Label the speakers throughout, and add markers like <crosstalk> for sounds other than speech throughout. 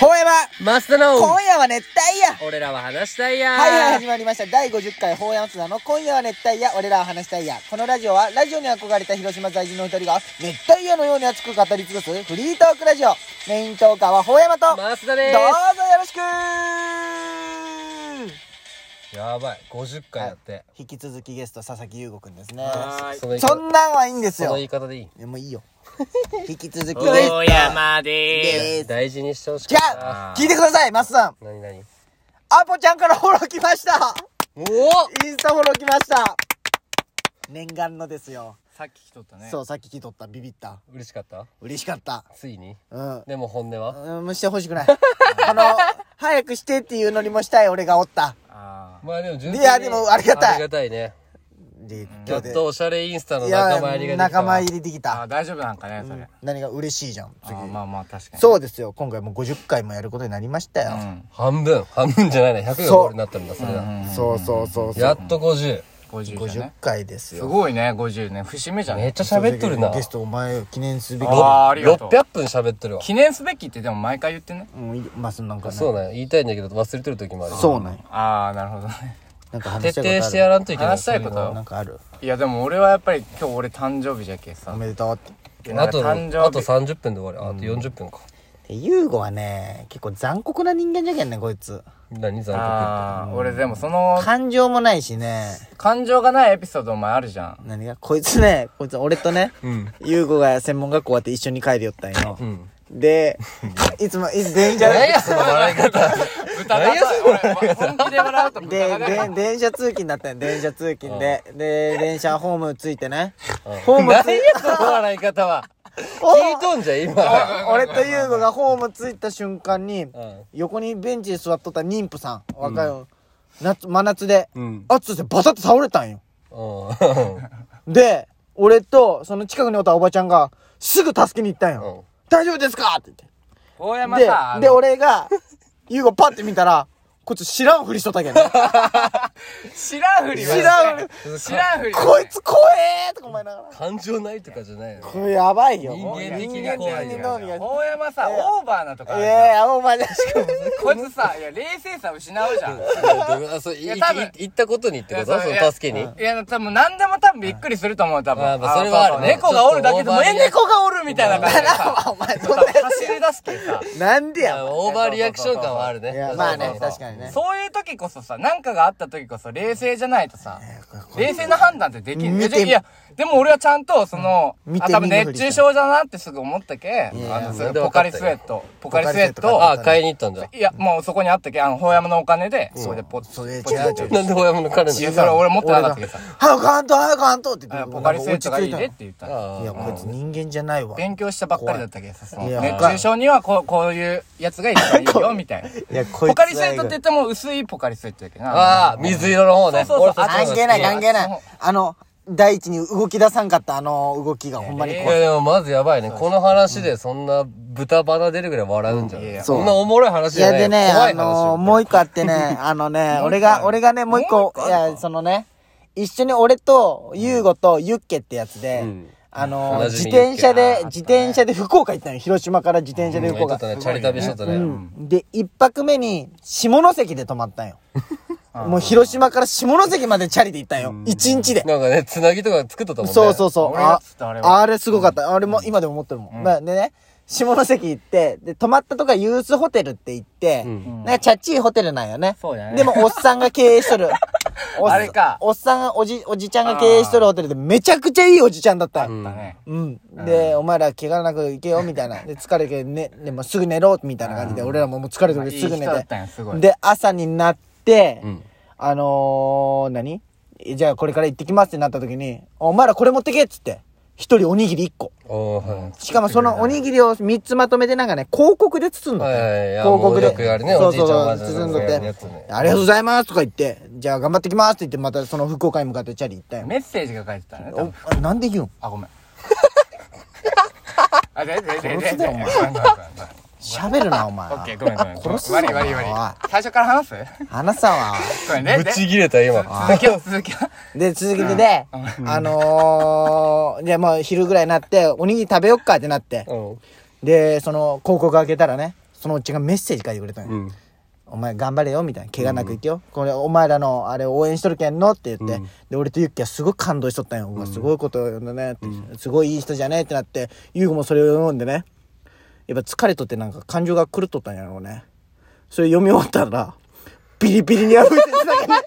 Speaker 1: ほえば
Speaker 2: マスタの
Speaker 1: 今夜は熱帯夜
Speaker 2: 俺らは話したいや
Speaker 1: はいはい、始まりました。第50回、ほうやまつなの今夜は熱帯夜、俺らは話したいや。このラジオは、ラジオに憧れた広島在住の二人が、熱帯夜のように熱く語り尽くす、フリートークラジオ。メイントーカーは、ほうやまと、どうぞよ
Speaker 2: マスタです
Speaker 1: ろしく
Speaker 2: やばい50回やって、
Speaker 1: 引き続きゲスト、佐々木優吾くんですね。
Speaker 2: はーいその言い方
Speaker 1: そんなんはいいんです
Speaker 2: その
Speaker 1: よ。
Speaker 2: 言
Speaker 1: い
Speaker 2: い方でいい
Speaker 1: やもうい
Speaker 2: <laughs>
Speaker 1: いよ。引き続きゲスト。
Speaker 3: 大山でーす。
Speaker 1: です。
Speaker 2: 大事にしてほしい
Speaker 1: じゃあ、聞いてください、マスさん。
Speaker 2: 何何
Speaker 1: アポちゃんからフォロー来ました
Speaker 2: お
Speaker 1: インスタフォロー来ました念願のですよ、
Speaker 3: さっき来とったね。
Speaker 1: そうさっき聞いとったビビった
Speaker 2: お嬉しかった
Speaker 1: 嬉しかった
Speaker 2: ついに
Speaker 1: うん
Speaker 2: でも本音は、
Speaker 1: うん、してほしくない <laughs> あの早くしてっていうのにもしたい俺がおった
Speaker 3: あ
Speaker 2: まあでも純粋に
Speaker 1: いやでもありがたい
Speaker 2: ありがたいね
Speaker 1: で今
Speaker 2: やっ
Speaker 1: 日で
Speaker 2: とおしゃれインスタの
Speaker 1: い
Speaker 2: 仲
Speaker 1: や
Speaker 2: 間入りができたわ
Speaker 1: 仲間入りでき
Speaker 3: ーあー。
Speaker 1: た
Speaker 3: 大丈夫なんかね、それ。
Speaker 1: 何が嬉しいじゃん
Speaker 3: あ
Speaker 1: 次
Speaker 3: ーまあまあ、確かに。
Speaker 1: そうですよ今回もう50回もやることになりました
Speaker 3: う
Speaker 1: よ、
Speaker 3: ん。
Speaker 2: 半分半分じゃないね100
Speaker 1: そう
Speaker 2: が俺になったんだそれだ、
Speaker 1: そうそうそうそう
Speaker 2: やっと50
Speaker 3: 50じゃ
Speaker 1: 50
Speaker 3: ね。
Speaker 1: 回です
Speaker 3: す
Speaker 1: よ
Speaker 3: ごいね、50ね。節目じゃ
Speaker 2: めっ
Speaker 3: ね。
Speaker 2: ちゃ喋っとるな
Speaker 1: ゲストお前を記念すべき
Speaker 3: あーありがとう
Speaker 2: 600分喋ってるわ
Speaker 3: 記念すべきってでも毎回言ってね。
Speaker 1: うんいいよまあそんなんかね
Speaker 2: そうなんや言いたいんだけど忘れてる時もある
Speaker 1: そうなんよ
Speaker 3: ああ、なるほどね。 <laughs>
Speaker 1: なんか話
Speaker 2: 徹
Speaker 1: した
Speaker 2: 底
Speaker 1: いことある
Speaker 2: してやらんといけない
Speaker 3: 話したいこと
Speaker 2: そううの
Speaker 1: なんかある
Speaker 3: いや、でも俺はやっぱり今日俺誕生日じゃけ
Speaker 1: お
Speaker 3: さ。
Speaker 1: めでとうって
Speaker 2: あと
Speaker 3: なんか
Speaker 2: あと
Speaker 3: 誕生日。
Speaker 2: 30分で終わりあと40分か
Speaker 1: でユーゴはね結構残酷な人間じゃけんねこいつ
Speaker 2: 何残酷
Speaker 3: ああ、俺でもその、
Speaker 1: 感情もないしね
Speaker 3: 感情がないエピソードお前あるじゃん。
Speaker 1: 何がこいつねこいつ俺とね、
Speaker 2: ん
Speaker 1: ユーゴが専門学校終わって一緒に帰りよったんよ、
Speaker 2: ん
Speaker 1: でいつもいつ電車
Speaker 2: 何やその笑い方
Speaker 3: 豚だ俺、本気で笑うと豚
Speaker 1: で
Speaker 3: が出る
Speaker 1: で電車通勤だったんよ電車通勤でで電車ホームついてねホームつ
Speaker 2: 何やその <laughs> 笑い方は聞いとんじゃん今
Speaker 1: 俺とユーゴがホーム着いた瞬間に、
Speaker 2: ん
Speaker 1: 横にベンチに座っとった妊婦さん若い、夏真夏で、
Speaker 2: うん
Speaker 1: あっつってバサッと倒れたんよ
Speaker 2: うん <laughs>
Speaker 1: で俺とその近くにおったおばちゃんがすぐ助けに行ったんよ、
Speaker 2: うん
Speaker 1: 大丈夫ですかって言って
Speaker 3: 大山さ、あの
Speaker 1: でで、俺がユーゴパッて見たらこいつ知らんふりしとったけど、ね、
Speaker 3: 知らんふりはね
Speaker 1: 知らんふ
Speaker 3: 知らんふりはね。
Speaker 1: こいつ怖えーとか思いながら
Speaker 2: 感情ないとかじゃないよ
Speaker 3: <laughs>
Speaker 2: ね
Speaker 1: これやばいよ
Speaker 2: 人間的に
Speaker 1: 人
Speaker 2: 怖
Speaker 1: 間
Speaker 2: い
Speaker 1: 的
Speaker 2: よ
Speaker 1: にどうにか
Speaker 3: 大山さ、オーバーなとかあ
Speaker 1: い
Speaker 3: るじ
Speaker 1: やい
Speaker 3: ゃん
Speaker 1: やお前しか <laughs> も
Speaker 3: こいつさ、いや、冷静さ失うじゃん。
Speaker 2: あそういい
Speaker 3: や多分
Speaker 2: 行ったことにってこと
Speaker 3: いや
Speaker 2: そ
Speaker 3: そう
Speaker 2: の助けに
Speaker 3: いや、多分何でも多分びっくりすると思う、多分。
Speaker 2: あまあそれはあるね
Speaker 3: そうそう猫がおるだけで
Speaker 2: ちょ
Speaker 3: も、
Speaker 2: っと
Speaker 3: え、
Speaker 2: オーバーリアク
Speaker 3: 猫がおるみたいな感じでさ、
Speaker 1: お前どん
Speaker 3: 多
Speaker 1: な
Speaker 3: 分
Speaker 1: や
Speaker 3: 走り出すけさ。
Speaker 1: つなんでやお
Speaker 2: オーバーリアクション感はあるね
Speaker 1: 前いやまあ
Speaker 2: そう
Speaker 1: ね
Speaker 2: そうそう
Speaker 1: 確かにね
Speaker 3: そういう時こそさ、なんかがあった時こそ冷静じゃないとさ、冷静な判断ってでき
Speaker 1: 見
Speaker 3: る。
Speaker 1: て
Speaker 3: いや、でも俺はちゃんと、その
Speaker 1: うん見、て
Speaker 3: あ、多分
Speaker 1: 見ぬふり
Speaker 3: 熱
Speaker 1: した
Speaker 3: 中症だなってすぐ思ったけ、
Speaker 1: や
Speaker 3: あ
Speaker 1: いや
Speaker 3: の
Speaker 2: それで
Speaker 3: ポ
Speaker 2: 分か
Speaker 3: カ
Speaker 2: った
Speaker 3: リ
Speaker 2: よ
Speaker 3: スエット、ポカリスエ
Speaker 1: ポカ
Speaker 3: ッ
Speaker 1: リスエット
Speaker 3: ト、
Speaker 2: あ買いに行ったんだ
Speaker 3: いや、もうそこにあったけ、あの、法山のお金で、それでポッ
Speaker 1: それ違う
Speaker 3: ポチッ
Speaker 1: 違う
Speaker 3: と
Speaker 2: なんで親の彼の
Speaker 3: いや、それ俺持ってなかったけどさ、
Speaker 1: 早くあんと早くあんとって言
Speaker 3: あ
Speaker 1: って
Speaker 3: ポカリスエットがいい
Speaker 1: な
Speaker 3: ね
Speaker 1: ん
Speaker 3: っ
Speaker 1: か
Speaker 3: て言ったの。
Speaker 2: あ
Speaker 1: 落ち着いた
Speaker 2: あ
Speaker 1: いやこいつ人間じゃないわ
Speaker 3: 勉強したばっかりだったけどさ、その
Speaker 1: いや
Speaker 3: 熱中症にはこうこういうやつが一番いいよ、みたいな。
Speaker 1: いやこいつ
Speaker 3: ポカリスエットって言っても薄いポカリスエットやけどな。
Speaker 2: ああ、水色の方ね。
Speaker 3: そうそうそう
Speaker 2: 俺
Speaker 1: 関
Speaker 2: っちの方が好き
Speaker 1: 係ない関係な
Speaker 3: そう
Speaker 1: いあの第一に動き出さんかったあの動きがほんまに
Speaker 2: い
Speaker 1: 怖い
Speaker 2: やでもまずやばいね。この話でそんな豚鼻出るぐらい笑うんじゃ
Speaker 3: うんい
Speaker 2: ん。
Speaker 3: や
Speaker 2: そんなおもろい話
Speaker 1: い
Speaker 2: じ
Speaker 1: や
Speaker 2: ゃない。
Speaker 1: でね、
Speaker 2: 怖
Speaker 1: あ
Speaker 2: い話よ
Speaker 1: のー、もう一個あ
Speaker 2: <laughs>
Speaker 1: ってね、あのね、俺が、俺がね、もう一個、いや、そのね、一緒に俺と、ユーゴとユッケってやつで、
Speaker 2: ん
Speaker 1: あのー、
Speaker 2: 同
Speaker 1: 自
Speaker 2: じみ
Speaker 1: 転車
Speaker 3: ユッケあーあっ
Speaker 1: で
Speaker 3: た、ね
Speaker 1: 自転車で福岡行ったのよ。広島から自転車で
Speaker 2: うん
Speaker 1: 福
Speaker 2: 言っ
Speaker 1: 岡
Speaker 2: とっ。たね。チャリ旅しとったね。
Speaker 1: うんで、一泊目に、下関で泊まったんよ。もう広島から下関までチャリで行ったんよ。一日で。
Speaker 2: なんかね、つなぎとか作っとったもんね。
Speaker 1: そうそうそう。
Speaker 3: 俺が
Speaker 1: あ
Speaker 3: 釣ったあれは
Speaker 1: あれすごかった。あれも今でも思ってるもん。まあでね、下関行って、で、泊まったとこはユースホテルって言って、
Speaker 2: ん
Speaker 1: なんかチャッチいホテルなんよね。
Speaker 3: そうだね
Speaker 1: でも、おっさんが経営しと
Speaker 3: <laughs>
Speaker 1: る。おっ
Speaker 3: あれか
Speaker 1: おっさんが、おじ、おじちゃんが経営しとるホテルで、めちゃくちゃいいおじちゃんだった。
Speaker 3: だね。
Speaker 1: うん。で、お前ら怪我なく行けよ、みたいな。で、疲れてね、でもすぐ寝ろ、みたいな感じで、俺らももう疲れてるからすぐ
Speaker 3: いい
Speaker 1: 寝
Speaker 3: 人だったんや
Speaker 1: て。
Speaker 3: すごい
Speaker 1: で、朝になって、
Speaker 2: ん
Speaker 1: あのー、何えじゃあこれから行ってきますってなった時に、お前らこれ持ってけっつって、一人おにぎり一個。
Speaker 2: おーはい。
Speaker 1: しかもそのおにぎりを3つまとめてなんかね、広告で包んだ、
Speaker 2: はいはいは
Speaker 1: 広
Speaker 2: い
Speaker 1: 告で。
Speaker 2: あもうよくやるね
Speaker 1: そう
Speaker 2: おじいちゃんお
Speaker 1: そ
Speaker 2: ば
Speaker 1: う、
Speaker 2: あちゃん
Speaker 1: 包んどっ
Speaker 2: が
Speaker 1: て、
Speaker 2: やるやつね
Speaker 1: ありがとうございますとか言って、じゃあ頑張ってきますって言って、またその福岡に向かってチャリ行ったよ。
Speaker 3: メッセージが書いてたね。多分
Speaker 1: おあなんで言うん
Speaker 3: あ、ごめん。あ、で、で、で、で、
Speaker 1: 殺すぞお前
Speaker 3: ごめんごめんごめん
Speaker 1: 喋るな、お
Speaker 2: <laughs>
Speaker 1: 前。
Speaker 3: オッケー、ごめんごめん。
Speaker 1: 殺すぞ
Speaker 3: 悪い悪い悪い
Speaker 1: お前。
Speaker 3: 最初から話す
Speaker 1: 話さんわ。
Speaker 3: ごめんね。
Speaker 2: ぶ
Speaker 3: で
Speaker 2: ち切れた今。
Speaker 3: 続きを、続きを。
Speaker 1: で、続けてで、あのー、じゃあもう昼ぐらいになって、おにぎり食べよっかってなって、
Speaker 2: うん。
Speaker 1: で、その広告開けたらね、そのおっちゃんがメッセージ書いてくれたんよ、
Speaker 2: うん。
Speaker 1: お前頑張れよみたいな怪我なくいけよ、これお前らのあれ応援しとるけんのって言って、で俺とユッキはすごい感動しとったんよ、うわすごいことだねって、すごいいい人じゃねってなってユウゴもそれを読んでねやっぱ疲れとってなんか感情が狂っとったんやろうねそれ読み終わったらビリビリに破いて捨てたんよ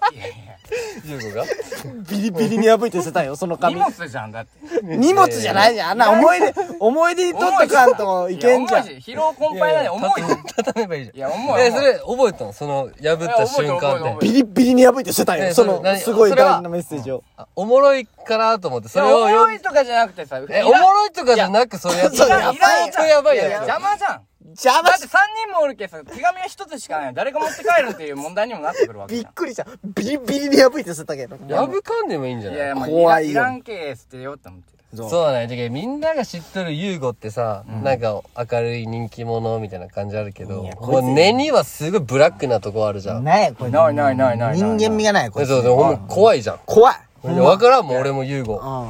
Speaker 2: 十五が。
Speaker 1: <laughs> ねビリビリに破いて捨てたんよその
Speaker 3: 荷
Speaker 1: 紙
Speaker 3: 物じゃん、だって。
Speaker 1: 荷物じゃないじゃんあんな思 <laughs> い出思い出に取っとかんといけんじゃん
Speaker 3: いや重いし疲労困憊なんで重いよ。
Speaker 2: 畳めばいいじゃん。
Speaker 3: いや重い
Speaker 2: え、それ覚えたのその、破った瞬
Speaker 3: いや覚えてる
Speaker 2: 間
Speaker 3: 覚
Speaker 2: で。
Speaker 3: えて
Speaker 1: ビリビリに破いて捨てたんよ
Speaker 2: ね
Speaker 1: そ
Speaker 2: それ
Speaker 1: の
Speaker 2: 何
Speaker 1: すごい
Speaker 2: それは
Speaker 1: 大事なメッセージを。
Speaker 2: あおもろいからと思って、そ
Speaker 3: それ
Speaker 2: れを
Speaker 3: おも
Speaker 2: よ
Speaker 3: ろいとかじゃなくてさ、
Speaker 2: え、
Speaker 3: いら
Speaker 2: おもろいとかじゃなく、それやつ。
Speaker 1: そう
Speaker 3: いらんいらん
Speaker 2: それやばい
Speaker 3: いや
Speaker 2: やつ。
Speaker 3: 邪魔じゃん。
Speaker 1: 邪魔
Speaker 3: だっ
Speaker 1: して
Speaker 3: 3人もおるけさ、手紙は1つしかないの誰が持って帰るっていう問題にもなってくるわけ
Speaker 1: びっ
Speaker 3: じゃん。
Speaker 1: くりした。ビリビリに破いて捨てたけど。
Speaker 2: 破かんでもいいんじゃ
Speaker 3: い
Speaker 2: ない
Speaker 3: や、まあ、
Speaker 1: 怖いよ
Speaker 3: いらんけー捨てようって思ってる。
Speaker 1: そう
Speaker 2: そうだね。だけどみんなが知っとる優吾ってさ、なんか明るい人気者みたいな感じあるけど、
Speaker 1: いや
Speaker 2: もう根にはすごいブラックなとこあるじゃん。
Speaker 1: ないこれ。
Speaker 3: ないないないない
Speaker 1: 人
Speaker 3: ない
Speaker 1: 間味がないこ
Speaker 2: え
Speaker 1: れ。
Speaker 2: そうでもほんま怖いじゃん。
Speaker 1: 怖い。
Speaker 2: いやわからんもん、俺も優吾。
Speaker 1: う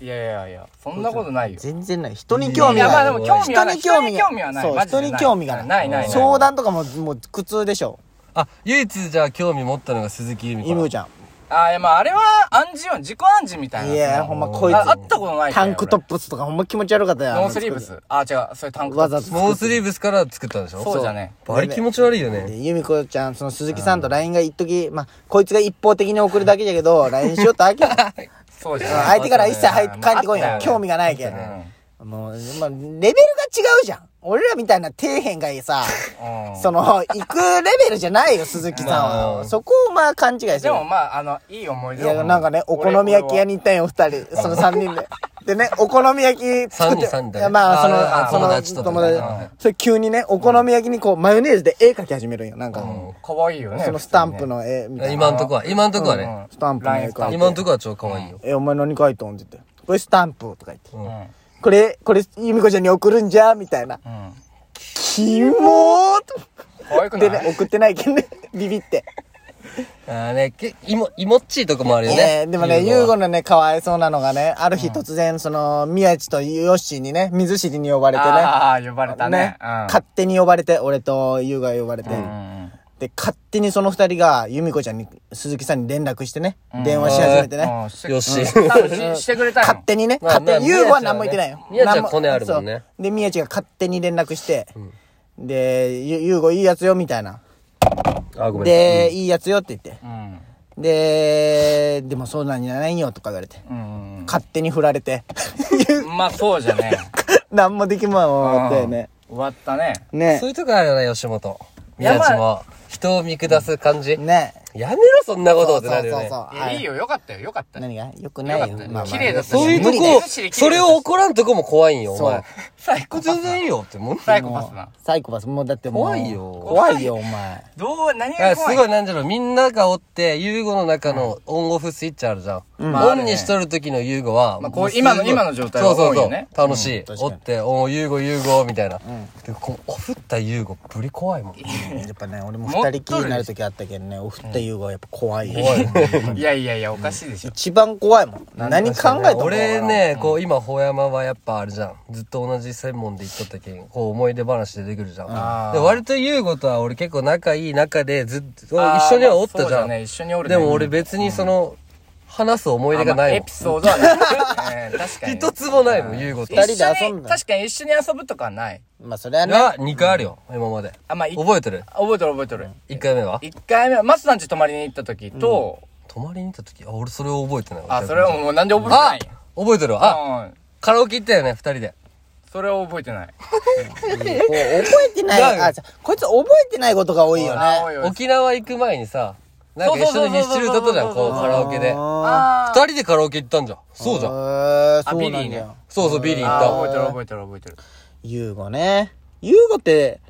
Speaker 3: いやいやいや、そんなことない
Speaker 1: ん。
Speaker 3: よ。
Speaker 1: 全然ない。人に興
Speaker 3: い
Speaker 1: 味
Speaker 3: や、まあ
Speaker 1: がな
Speaker 3: でも
Speaker 1: い。
Speaker 3: 興味
Speaker 1: 人
Speaker 3: はない。
Speaker 1: に興味が
Speaker 3: 人に興味はない。
Speaker 1: そう、
Speaker 3: マジで
Speaker 1: 人に興味がない。
Speaker 3: ないないない。
Speaker 1: 相談とかももう苦痛でしょ。
Speaker 2: あ、唯一じゃあ興味持ったのが鈴木由美
Speaker 1: イ
Speaker 2: か
Speaker 1: ム
Speaker 2: な
Speaker 1: ーちゃ
Speaker 3: あー、いやまああれは暗示よ。自己暗示みたい
Speaker 1: ん。
Speaker 3: な。
Speaker 1: いや、
Speaker 3: そ
Speaker 1: ほ
Speaker 3: の
Speaker 1: んまこい
Speaker 3: あ、会
Speaker 1: つ。
Speaker 3: ったことないか
Speaker 1: タ
Speaker 3: ら
Speaker 1: ンクトップスとかほんま気持ち悪かった
Speaker 3: 俺
Speaker 1: やん。
Speaker 3: ノースリーブス。あ、違う、それタンクト
Speaker 1: わ
Speaker 3: ップ
Speaker 1: ざ
Speaker 3: ス。
Speaker 1: と。
Speaker 2: ノースリーブスから作ったんでしょ
Speaker 3: そうじゃね。
Speaker 2: バリ気持ち悪いよね。
Speaker 1: で由美子ちゃんその鈴木さんと LINE が一時まあこいつが一方的に送るだけじゃけ
Speaker 3: <laughs>
Speaker 1: ど LINE しよったわけよ
Speaker 3: そうじゃない。
Speaker 1: 相手から一切入って帰ってこい
Speaker 3: あ
Speaker 1: よ
Speaker 3: ったよ
Speaker 1: 興味がないけんもう、まあ、レベルが違うじゃん。俺らみたいな底辺がさ、
Speaker 3: うんうん
Speaker 1: その、行くレベルじゃないよ、鈴木さん
Speaker 2: ま
Speaker 1: は。
Speaker 2: あ
Speaker 1: そこをまあ勘違いして
Speaker 3: で
Speaker 1: る。
Speaker 3: もまあ、あの、いい思い
Speaker 1: い
Speaker 3: 出だ
Speaker 1: や、なんかね、お好み焼き屋に行ったんよ、二人。その三人で。でね、お好み焼き作って。
Speaker 2: 三人三人だね
Speaker 1: いやま
Speaker 2: あ
Speaker 1: あ、
Speaker 2: ー
Speaker 1: その、
Speaker 2: 友達
Speaker 1: そ
Speaker 2: と
Speaker 1: の、
Speaker 2: ね
Speaker 1: 友達
Speaker 2: うん。
Speaker 1: それ急にね、お好み焼きにこう、マヨネーズで絵描き始めるんよ。なんか、
Speaker 3: かわいいよね。
Speaker 1: そのスタンプの絵みたいな。
Speaker 2: 今んとこは、今んとこはね。
Speaker 1: スタンプの絵
Speaker 3: ラインスタ
Speaker 1: 描
Speaker 3: ン
Speaker 1: い
Speaker 3: プ
Speaker 1: て。
Speaker 2: 今んとこは超可愛いよ。
Speaker 1: え、お前何描いとんって言って。これスタンプとか言って。
Speaker 3: うん。うん
Speaker 1: これ、これ、由美子ちゃんに送るんじゃみたいな。
Speaker 3: うん。
Speaker 1: キモーと。
Speaker 3: 可愛くな
Speaker 1: で
Speaker 3: い
Speaker 1: ね、送ってないけんね、 <laughs> ビビって。
Speaker 2: あーね、け、いも、いもっちいとこもあるよ
Speaker 1: ね
Speaker 2: ね。
Speaker 1: でもね、ユー
Speaker 2: は
Speaker 1: ゴのね、かわいそうなのがね、ある日突然、その、宮地とヨッシーにね、水尻に呼ばれてね。
Speaker 3: ああ、呼ばれたね。うん
Speaker 1: 勝手に呼ばれて、俺とユーゴが呼ばれて。
Speaker 3: うん
Speaker 1: で、勝手にその二人が、由美子ちゃんに、鈴木さんに連絡してね、電話し始めてね。
Speaker 3: うんして
Speaker 2: よし。 <laughs>
Speaker 3: 多分ししてくれたよ。
Speaker 1: 勝手にね、
Speaker 2: まあ
Speaker 1: 勝手に、
Speaker 2: まあ
Speaker 1: ユーゴは何も言ってないよ。
Speaker 2: 宮地は
Speaker 1: 何も
Speaker 2: ね宮地はコネあるもんね。
Speaker 1: そうで、宮地が勝手に連絡して、で、ユユーゴいいやつよ、みたいな。
Speaker 2: あ、ごめん。
Speaker 1: で、いいやつよって言って。
Speaker 3: うん。
Speaker 1: で、でもそうなんじゃないよとか言われて。
Speaker 3: うん。
Speaker 1: 勝手に振られて。 <laughs>
Speaker 3: まあ、そうじゃね。
Speaker 1: 何もできまんわ、ったよね。
Speaker 3: 終わったね。
Speaker 1: ね
Speaker 2: そういうとこあるよね、吉本。
Speaker 3: いや
Speaker 2: 宮地
Speaker 3: ま
Speaker 2: も。人を見下す感じ。
Speaker 1: ね
Speaker 2: やめろ、そんなことってなるよね。
Speaker 1: そうそうそ
Speaker 3: い
Speaker 1: う。あ
Speaker 3: や、
Speaker 1: れ
Speaker 3: いいよ、よかったよ、よかったよ。
Speaker 1: 何がよくないよ。
Speaker 3: よかったよ
Speaker 1: まあまあ
Speaker 3: 綺麗だったし
Speaker 2: そういうと
Speaker 1: 無理だよ
Speaker 2: こ、それを怒らんとこも怖いんよ、お
Speaker 1: そう
Speaker 2: 前。
Speaker 3: 最
Speaker 2: こ
Speaker 3: 高
Speaker 2: れ全然いいよって、もう。
Speaker 3: サイコパスな。
Speaker 1: サイコパス、もうだってもう。
Speaker 2: 怖いよ
Speaker 1: 怖いよ、お前。
Speaker 3: どう、何
Speaker 2: いやす
Speaker 3: が怖い
Speaker 2: ごい、なんじゃろう、みんながおって、ユーゴの中のオンオフスイッチあるじゃん。
Speaker 3: まあ
Speaker 2: オンにしとる時のユーゴは、
Speaker 3: まあ
Speaker 2: もうすごい
Speaker 3: こう今の今の状態は多いよね
Speaker 2: そうそうそう。楽しい。
Speaker 1: 確か
Speaker 2: お
Speaker 1: に
Speaker 2: って、おうユーゴ、ユーゴ、みたいな。で、こう、おふったユーゴ、ぶり怖いもん。
Speaker 1: やっぱね、俺も二人きりになる時あったけどね、おふった言うがやっぱ怖いよ。
Speaker 3: <laughs> いやいやいや、おかしいでし
Speaker 1: <laughs>
Speaker 3: ょ。
Speaker 1: 一番怖いもん。何考えたの
Speaker 2: 俺。ね、こう、今、ほやまはやっぱあれじゃん。ずっと同じ専門で行っとったけん、こう、思い出話出てくるじゃん。
Speaker 3: あー
Speaker 2: で、割とユーゴとは俺結構仲いい中で、ずっと、一
Speaker 3: あ
Speaker 2: 緒
Speaker 3: ー
Speaker 2: にはおった
Speaker 3: そう
Speaker 2: じゃ
Speaker 3: だ
Speaker 2: ん。
Speaker 3: ね、一緒におるね
Speaker 2: でも俺別にその、話す思い出が
Speaker 3: あまあ
Speaker 2: ない
Speaker 3: エ
Speaker 2: も
Speaker 3: ピソードはない。 <laughs> うん確か
Speaker 2: ん。
Speaker 3: に。
Speaker 2: 一つもないもん、ユーゴと。
Speaker 1: 二人で遊んだ
Speaker 3: 一緒に確かに一緒に遊ぶとかはない。
Speaker 1: まあそれはね。
Speaker 2: が2回あるよ、今まで。
Speaker 3: あまあい
Speaker 2: 覚えてる
Speaker 3: 覚えてる覚えてる。
Speaker 2: ?1 回目は
Speaker 3: 一回目は、松さんち泊まりに行った時と、
Speaker 2: 泊まりに行った時、あ、俺それを覚えてないわ
Speaker 3: あ、それはもうなんで覚えてな
Speaker 2: あ
Speaker 3: い
Speaker 2: 覚えてるわ。あ、
Speaker 3: あ、うん。
Speaker 2: カラオケ行ったよね、2人で。
Speaker 3: それは覚えてない。
Speaker 1: こう覚えてない。
Speaker 2: だよ
Speaker 1: あ、じゃあこいつ覚えてないことが多いよ
Speaker 3: あお
Speaker 1: ね。
Speaker 3: いおい
Speaker 2: 沖縄行く前にさ、なんか一緒にミッシル歌ったじゃん、こうカラオケで。2
Speaker 1: あ
Speaker 3: あー
Speaker 2: 人でカラオケ行ったんじゃん。そうじゃん。
Speaker 1: ー。へーそう
Speaker 3: あ
Speaker 1: な
Speaker 3: ビ
Speaker 1: ん
Speaker 3: リ
Speaker 1: だ
Speaker 3: ー
Speaker 1: よ
Speaker 3: ね。
Speaker 2: そうそう、ビリー
Speaker 3: あー、
Speaker 2: 行っ
Speaker 3: 覚えてる覚えてる覚えてる。
Speaker 1: ユーゴね。ユーゴって、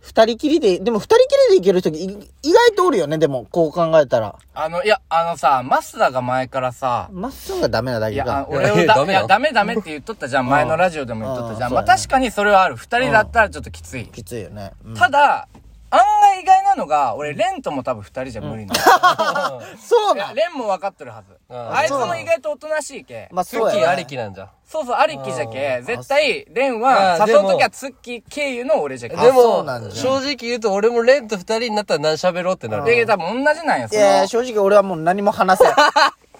Speaker 1: 二人きりで、でも二人きりで行ける人い意外とおるよね、でも、こう考えたら。
Speaker 3: あの、いや、あのさ、マスダが前からさ、
Speaker 1: まっすぐがダメなだ
Speaker 3: い
Speaker 1: け
Speaker 3: や、あ
Speaker 1: か。
Speaker 3: 俺
Speaker 2: いや
Speaker 3: を
Speaker 2: い
Speaker 3: だ
Speaker 2: や
Speaker 3: いやダ
Speaker 2: ダ
Speaker 3: メ
Speaker 2: メ
Speaker 3: ダ
Speaker 2: なの
Speaker 3: メダメって言っとったじゃん、前のラジオでも言っとったじゃ。
Speaker 1: うんん
Speaker 3: まあ
Speaker 1: そうだね
Speaker 3: 確かにそれはある。二人だったらちょっときつい。
Speaker 1: きついよね。うん
Speaker 3: ただ、案が意外なのが、俺、レンとも多分二人じゃ無理な
Speaker 1: そう
Speaker 3: の。いや
Speaker 1: なん
Speaker 3: レンも分かってるはず。
Speaker 2: あ
Speaker 3: あいつも意外とおとなしいけ。
Speaker 1: まあ
Speaker 2: ツ
Speaker 1: そう
Speaker 2: ッキ
Speaker 1: や
Speaker 2: ー
Speaker 1: な
Speaker 2: ありきなんじゃん。
Speaker 3: そうそう、ありきじゃけ。絶対、レン
Speaker 2: あ
Speaker 3: は、
Speaker 2: ー
Speaker 3: 誘う
Speaker 2: で
Speaker 3: とき
Speaker 2: も
Speaker 3: はツッキー経由の俺じゃけ。
Speaker 2: で
Speaker 1: そう
Speaker 2: も
Speaker 1: なん、だ
Speaker 2: 正直言うと俺もレンと二人になったら何喋ろうってな
Speaker 3: で、
Speaker 2: る。
Speaker 3: 多分同じなんや、
Speaker 1: い
Speaker 3: その。
Speaker 1: や正直俺はもう何も話
Speaker 3: <laughs>
Speaker 1: せん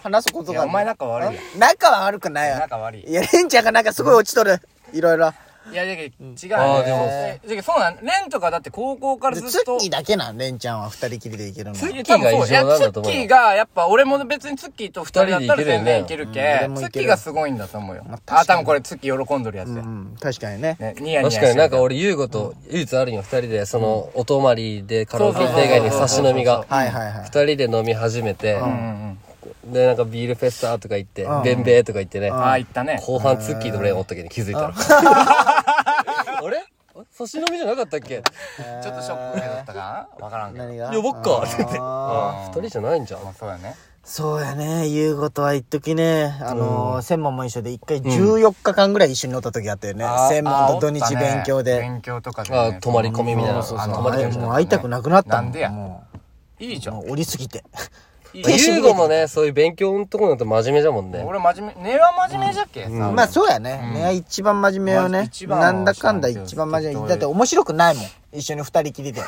Speaker 1: 話すこと
Speaker 3: い
Speaker 1: が
Speaker 3: やお前仲悪いよ。
Speaker 1: 仲は悪くないよ
Speaker 3: 仲悪い。
Speaker 1: いやレンちゃんがなんかすごい落ちとるいろいろ
Speaker 3: いや、だけど違う、ね。
Speaker 2: あーでも
Speaker 3: えーだけどそうなん、レンとかだって高校から
Speaker 1: で
Speaker 3: ずっ
Speaker 1: ツッ
Speaker 3: と。
Speaker 1: キーだけなんレンちゃんは二人きりでいけるの
Speaker 3: ツッ
Speaker 2: キ
Speaker 3: キ
Speaker 2: ー
Speaker 3: ー
Speaker 2: が
Speaker 3: が
Speaker 2: 異常なんだと思うよ
Speaker 3: ツッキーが、やっぱ俺も別にツッキーと二人だったら全然いける
Speaker 1: うん
Speaker 3: け
Speaker 1: 俺。もい
Speaker 3: ツ
Speaker 1: ける
Speaker 3: ッキーがすごいんだと思うよ
Speaker 1: まあ。確かに
Speaker 3: あ、多分これツッキー喜んどるやつ
Speaker 1: う
Speaker 3: や。
Speaker 1: ん確かにね
Speaker 3: ね、ニヤニヤし
Speaker 2: 確
Speaker 3: て
Speaker 2: かになん
Speaker 3: る
Speaker 2: か俺、優子と唯一あるんよ、二人で、その、お泊まりでカラオケ行った以外に差し飲みが。
Speaker 1: はいはいはい
Speaker 2: 二人で飲み始めて、
Speaker 3: うんうん。
Speaker 2: で、なんかビールフェスタとか行って
Speaker 1: う、ん
Speaker 2: ベンベーとか行ってね、
Speaker 3: ああ、言ったね。
Speaker 2: 後半ツッキーとレンおったけに気づいた
Speaker 1: <laughs>
Speaker 2: ら。あれ差し飲みじゃなかったっけ
Speaker 3: ちょっとショックだったかなわからんけど。
Speaker 1: 何が
Speaker 2: 呼ぼっか
Speaker 1: あー
Speaker 2: って言ってあー二人じゃないんじゃん
Speaker 3: まあ。そうだね。
Speaker 1: そうやね優子とは一時ねあのー専門も一緒で一回14日間ぐらい一緒に乗った時あったよね
Speaker 3: あ
Speaker 1: 専門と土
Speaker 3: あおっ
Speaker 1: 日
Speaker 3: たね
Speaker 1: 勉強で
Speaker 3: 勉強とかでね。
Speaker 2: あ泊まり込みみたいな。
Speaker 3: そう
Speaker 2: あ
Speaker 3: そうそう
Speaker 2: 泊
Speaker 1: も
Speaker 2: まり込み
Speaker 3: じゃな
Speaker 1: う
Speaker 3: い
Speaker 1: 会いたくなくなったも
Speaker 3: なんでや
Speaker 1: も
Speaker 3: いいじ
Speaker 1: う
Speaker 3: ゃん。
Speaker 1: もう降りすぎて
Speaker 3: いい
Speaker 1: 手し
Speaker 2: ユーゴもね、そういう勉強のところだと真面目じゃもんね。
Speaker 3: 俺真面目、根は真面目じゃっけさ。
Speaker 1: まあそうやね。ね、一番真面目よ
Speaker 3: まあ
Speaker 1: ね。
Speaker 3: 一番
Speaker 1: なんだかんだ一番真面目。だって面白くないもん。一緒に二人き
Speaker 3: <laughs>
Speaker 1: りで。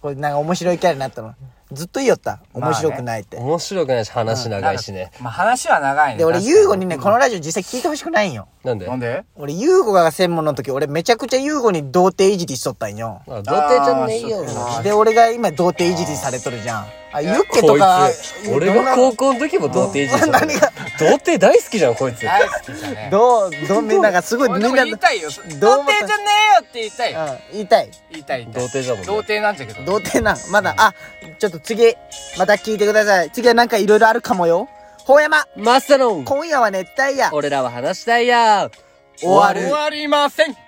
Speaker 1: これなんか面白いキャラになったの。ずっと言いよった。面白くないって。
Speaker 2: 面白くないし、話長いしね。
Speaker 3: まあ話は長いね。
Speaker 1: で、俺、
Speaker 3: 確かに
Speaker 1: ユーゴにね、このラジオ実際聞いてほしくないんよ。
Speaker 2: なんで
Speaker 3: なんで
Speaker 1: 俺、ユーゴが専門の時、俺めちゃくちゃユーゴに童貞いじりしとったんよ。
Speaker 2: あ、童貞ちゃんねえ
Speaker 3: あ
Speaker 2: よ
Speaker 3: ー。そうか
Speaker 1: で、俺が今童貞いじりされとるじゃん。あ、ユッケと
Speaker 2: こい
Speaker 1: か、
Speaker 2: つ、俺が高校の時も童貞いじりした
Speaker 1: 何が
Speaker 2: 童貞大好きじゃん、こいつ。
Speaker 3: 大好きじゃね。
Speaker 1: どう、どう、みんながすごい、み
Speaker 3: 俺
Speaker 1: ん
Speaker 3: でも
Speaker 1: な、
Speaker 3: 言いたいよ。童貞じ
Speaker 1: どう
Speaker 3: ゃ
Speaker 1: 思っ
Speaker 3: ね
Speaker 1: た
Speaker 3: えよって言いたいよ。
Speaker 1: うん、言いたい。
Speaker 3: 言いたい。
Speaker 2: 童貞じゃもんね
Speaker 3: 童貞なんじゃけど。
Speaker 1: 童貞なまだあちょっと次また聞いてください次はなんかいろいろあるかもよほうやま
Speaker 2: マスタロン
Speaker 1: 今夜は熱帯夜
Speaker 2: 俺らは話したいや
Speaker 1: 終わる
Speaker 3: 終わりません